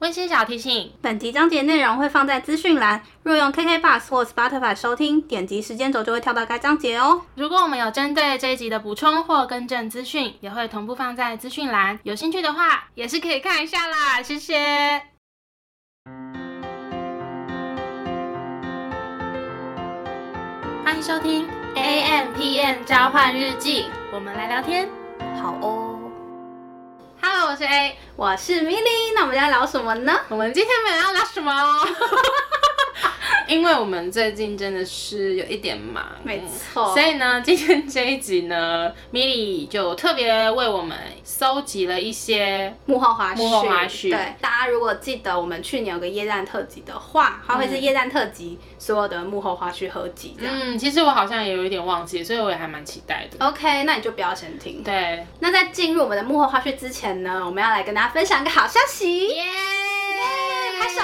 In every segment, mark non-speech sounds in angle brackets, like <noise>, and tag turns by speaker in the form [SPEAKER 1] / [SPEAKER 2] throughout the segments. [SPEAKER 1] 温馨小提醒：
[SPEAKER 2] 本集章节内容会放在资讯栏，若用 KK Bus 或 Spotify 收听，点击时间轴就会跳到该章节哦。
[SPEAKER 1] 如果我们有针对这一集的补充或更正资讯，也会同步放在资讯栏，有兴趣的话也是可以看一下啦。谢谢。欢迎收听 A M P M 交换日记，我们来聊天。
[SPEAKER 2] 好哦，
[SPEAKER 1] Hello，我是 A，
[SPEAKER 2] 我是 Milly，那我们要聊什么呢？
[SPEAKER 1] 我们今天没有要聊什么哦， <laughs> 因为我们最近真的是有一点忙，
[SPEAKER 2] 没错
[SPEAKER 1] 所以呢，今天这一集呢，米莉就特别为我们搜集了一些，
[SPEAKER 2] 幕后花絮，
[SPEAKER 1] 幕后花絮
[SPEAKER 2] 对，大家如果记得我们去年有个夜战特辑的话，它会是夜战特辑所有的幕后花絮合集这样。嗯
[SPEAKER 1] 嗯，其实我好像也有一点忘记，所以我也还蛮期待的。
[SPEAKER 2] OK，那你就不要先听。
[SPEAKER 1] 对，
[SPEAKER 2] 那在进入我们的幕后花絮之前呢，我们要来跟大家分享一个好消息。
[SPEAKER 1] 耶、
[SPEAKER 2] 拍手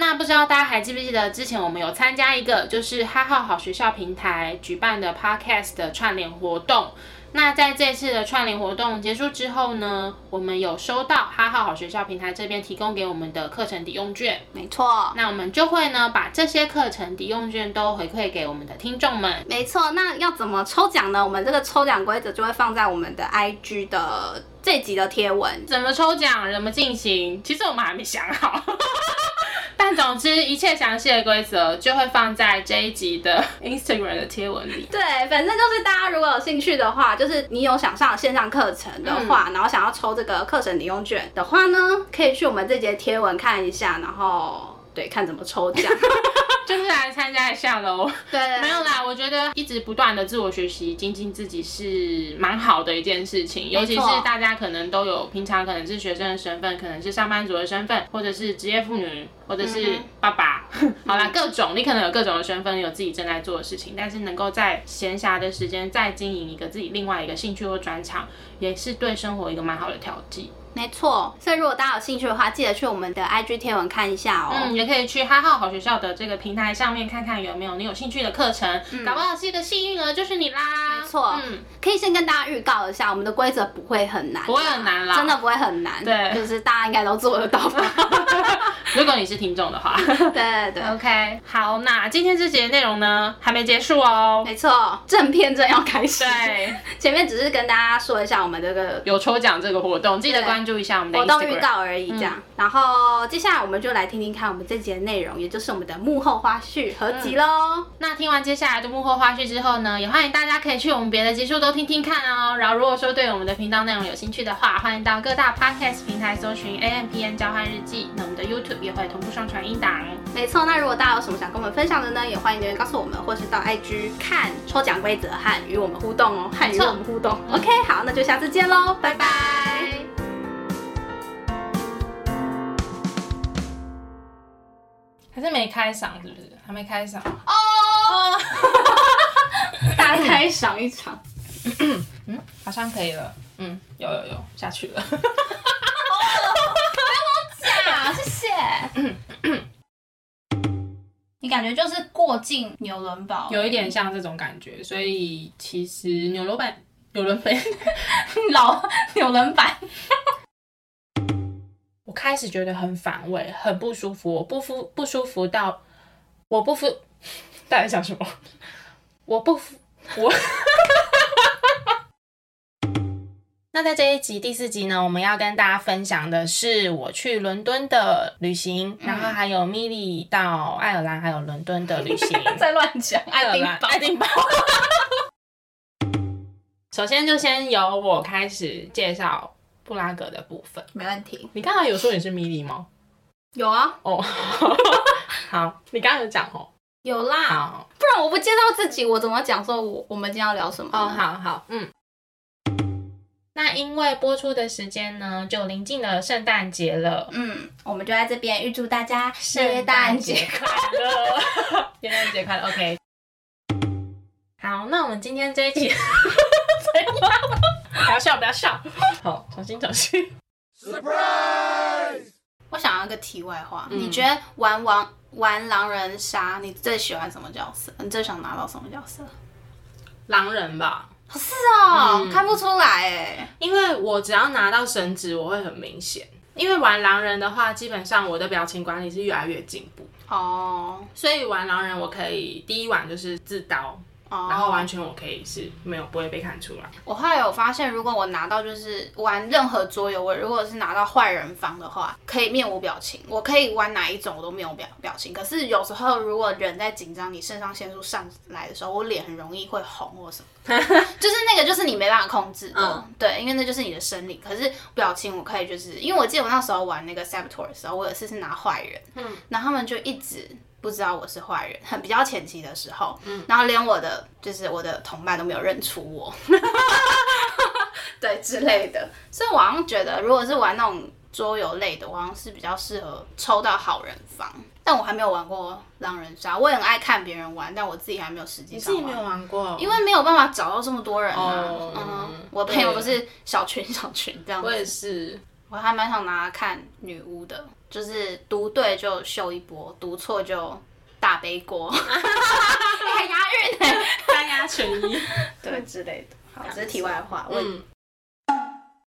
[SPEAKER 1] 那不知道大家还记不记得之前我们有参加一个就是哈浩好学校平台举办的 podcast 的串联活动。那在这次的串联活动结束之后呢，我们有收到哈浩好学校平台这边提供给我们的课程抵用券，
[SPEAKER 2] 没错，
[SPEAKER 1] 那我们就会呢把这些课程抵用券都回馈给我们的听众们。
[SPEAKER 2] 没错。那要怎么抽奖呢？我们这个抽奖规则就会放在我们的 IG 的这集的贴文。
[SPEAKER 1] 怎么抽奖，怎么进行，其实我们还没想好。 <laughs> 但总之，一切详细的规则就会放在这一集的 Instagram 的贴文里。
[SPEAKER 2] 对，反正就是大家如果有兴趣的话，就是你有想上线上课程的话，
[SPEAKER 1] 嗯
[SPEAKER 2] 然后想要抽这个课程抵用券的话呢，可以去我们这节贴文看一下，然后对看怎么抽
[SPEAKER 1] <laughs>
[SPEAKER 2] 奖。
[SPEAKER 1] 就是来参加一下喽。
[SPEAKER 2] 对
[SPEAKER 1] 没有啦，我觉得一直不断的自我学习、精进自己是蛮好的一件事情，尤其是大家可能都有平常可能是学生的身份，可能是上班族的身份，或者是职业妇女，或者
[SPEAKER 2] 嗯
[SPEAKER 1] 是爸爸， <laughs> 好啦，各种你可能有各种的身份，有自己正在做的事情，但是能够在闲暇的时间再经营一个自己另外一个兴趣或专长，也是对生活一个蛮好的调剂。
[SPEAKER 2] 没错，所以如果大家有兴趣的话，记得去我们的 IG 贴文看一下哦。
[SPEAKER 1] 嗯，也可以去哈浩好学校的这个平台上面看看有没有你有兴趣的课程，搞不好是一个幸运儿就是你啦。
[SPEAKER 2] 嗯没错
[SPEAKER 1] 嗯，
[SPEAKER 2] 可以先跟大家预告一下，我们的规则不会很难，
[SPEAKER 1] 不会很难啦
[SPEAKER 2] 真的
[SPEAKER 1] <laughs>
[SPEAKER 2] 不会很难，
[SPEAKER 1] 对
[SPEAKER 2] 就是大家应该都做得到
[SPEAKER 1] <laughs>
[SPEAKER 2] 吧。 <laughs>
[SPEAKER 1] 如果你是听众的话
[SPEAKER 2] 对对对，
[SPEAKER 1] <laughs> ，OK，好，那今天这节内容呢还没结束哦。
[SPEAKER 2] 没错，正片正要开始，
[SPEAKER 1] 对，
[SPEAKER 2] 前面只是跟大家说一下我们这个
[SPEAKER 1] 有抽奖这个活动，记得
[SPEAKER 2] 对
[SPEAKER 1] 关注一下我们的
[SPEAKER 2] 活动预
[SPEAKER 1] Instagram。
[SPEAKER 2] 告而已，这样。然后接下来我们就来听听看我们这集的内容，也就是我们的幕后花絮合集喽。
[SPEAKER 1] 那听完接下来的幕后花絮之后呢，也欢迎大家可以去我们别的集数都听听看哦。然后如果说对我们的频道内容有兴趣的话，欢迎到各大 podcast 平台搜寻 A M P N 交换日记。那我们的 YouTube 也会同步上传音档。
[SPEAKER 2] 没错，那如果大家有什么想跟我们分享的呢，也欢迎留言告诉我们，或是到 IG 看抽奖规则和与我们互动哦，和与我们互动。
[SPEAKER 1] 嗯
[SPEAKER 2] OK，好，那就下次见喽，拜拜
[SPEAKER 1] 拜还是没开嗓是不是？还没开嗓。
[SPEAKER 2] 哦， <laughs> 大开赏一场。
[SPEAKER 1] 嗯，好像可以了。嗯，有有有，下去了。
[SPEAKER 2] 啊，谢谢。
[SPEAKER 1] <coughs>
[SPEAKER 2] 你感觉就是过境纽伦堡，
[SPEAKER 1] <laughs> 有一点像这种感觉，所以其实牛肉板、牛肉粉，
[SPEAKER 2] 老 <laughs> 纽伦版。
[SPEAKER 1] 我开始觉得很反胃，很不舒服，我不服不舒服到我不服，到底想什么？我不服我。 <laughs> 那在这一集第四集呢，我们要跟大家分享的是我去伦敦的旅行，然后还有米莉到爱尔兰还有伦敦的旅 <laughs> 行。
[SPEAKER 2] 在乱讲，爱丁堡，
[SPEAKER 1] 爱丁堡。首先就先由我开始介绍布拉格的部分。
[SPEAKER 2] <laughs> 没问题。
[SPEAKER 1] 你刚才有说你是米莉吗？
[SPEAKER 2] 有啊，
[SPEAKER 1] 哦， <laughs> 好，你刚才有讲哦。
[SPEAKER 2] 有啦。
[SPEAKER 1] 好，
[SPEAKER 2] 不然我不介绍自己，我怎么讲说我我们今天要聊什么？
[SPEAKER 1] 哦，，好好，嗯。那因为播出的时间呢，就临近了圣诞节了。
[SPEAKER 2] 嗯，我们就在这边预祝大家圣诞节。
[SPEAKER 1] 快乐！圣诞节快乐，OK。好，那我们今天这一 <laughs> 集，不要笑，不要笑。 <laughs> 好，重新，重新。
[SPEAKER 2] 我想要一个题外话，
[SPEAKER 1] 嗯
[SPEAKER 2] 你觉得玩王玩狼人杀，你最喜欢什么角色？你最想拿到什么角色？
[SPEAKER 1] 狼人吧，
[SPEAKER 2] 是
[SPEAKER 1] 嗯
[SPEAKER 2] 哦，看不出来哎。
[SPEAKER 1] 因为我只要拿到绳子，我会很明显。因为玩狼人的话，基本上我的表情管理是越来越进步，
[SPEAKER 2] 哦
[SPEAKER 1] 所以玩狼人我可以第一晚就是自刀，
[SPEAKER 2] 哦，
[SPEAKER 1] 然后完全我可以是没有不会被看出来。
[SPEAKER 2] 我后来有发现，如果我拿到就是玩任何桌游，我如果是拿到坏人方的话，可以面无表情，我可以玩哪一种我都面无表表情。可是有时候如果人在紧张，你肾上腺素上来的时候，我脸很容易会红或什么， <laughs> 就是那个就是你没办法控制的，
[SPEAKER 1] 嗯
[SPEAKER 2] 对，因为那就是你的生理。可是表情我可以，就是因为我记得我那时候玩那个 Saboteur 的时候，我有一次是拿坏人，嗯，然后他们就一直。不知道我是坏人，很比较前期的时候，嗯，然后连我的就是我的同伴都没有认出我，对之类的。所以我好像觉得，如果是玩那种桌游类的，我好像是比较适合抽到好人方。但我还没有玩过狼人杀，我也很爱看别人玩，但我自己还没有实际
[SPEAKER 1] 你
[SPEAKER 2] 上
[SPEAKER 1] 自己
[SPEAKER 2] 玩。
[SPEAKER 1] 没有玩过？
[SPEAKER 2] 因为没有办法找到这么多人啊，
[SPEAKER 1] 哦
[SPEAKER 2] 嗯，我朋友都是小群小群这样
[SPEAKER 1] 我
[SPEAKER 2] 子，
[SPEAKER 1] 也是，
[SPEAKER 2] 我还蛮想拿来看女巫的，就是读对就秀一波，读错就大
[SPEAKER 1] <laughs>
[SPEAKER 2] 背锅， <laughs> 欸还押韵
[SPEAKER 1] <laughs>
[SPEAKER 2] 呢、欸
[SPEAKER 1] 三压全一。
[SPEAKER 2] <laughs> 对之类的。好，这是题外话，我
[SPEAKER 1] 嗯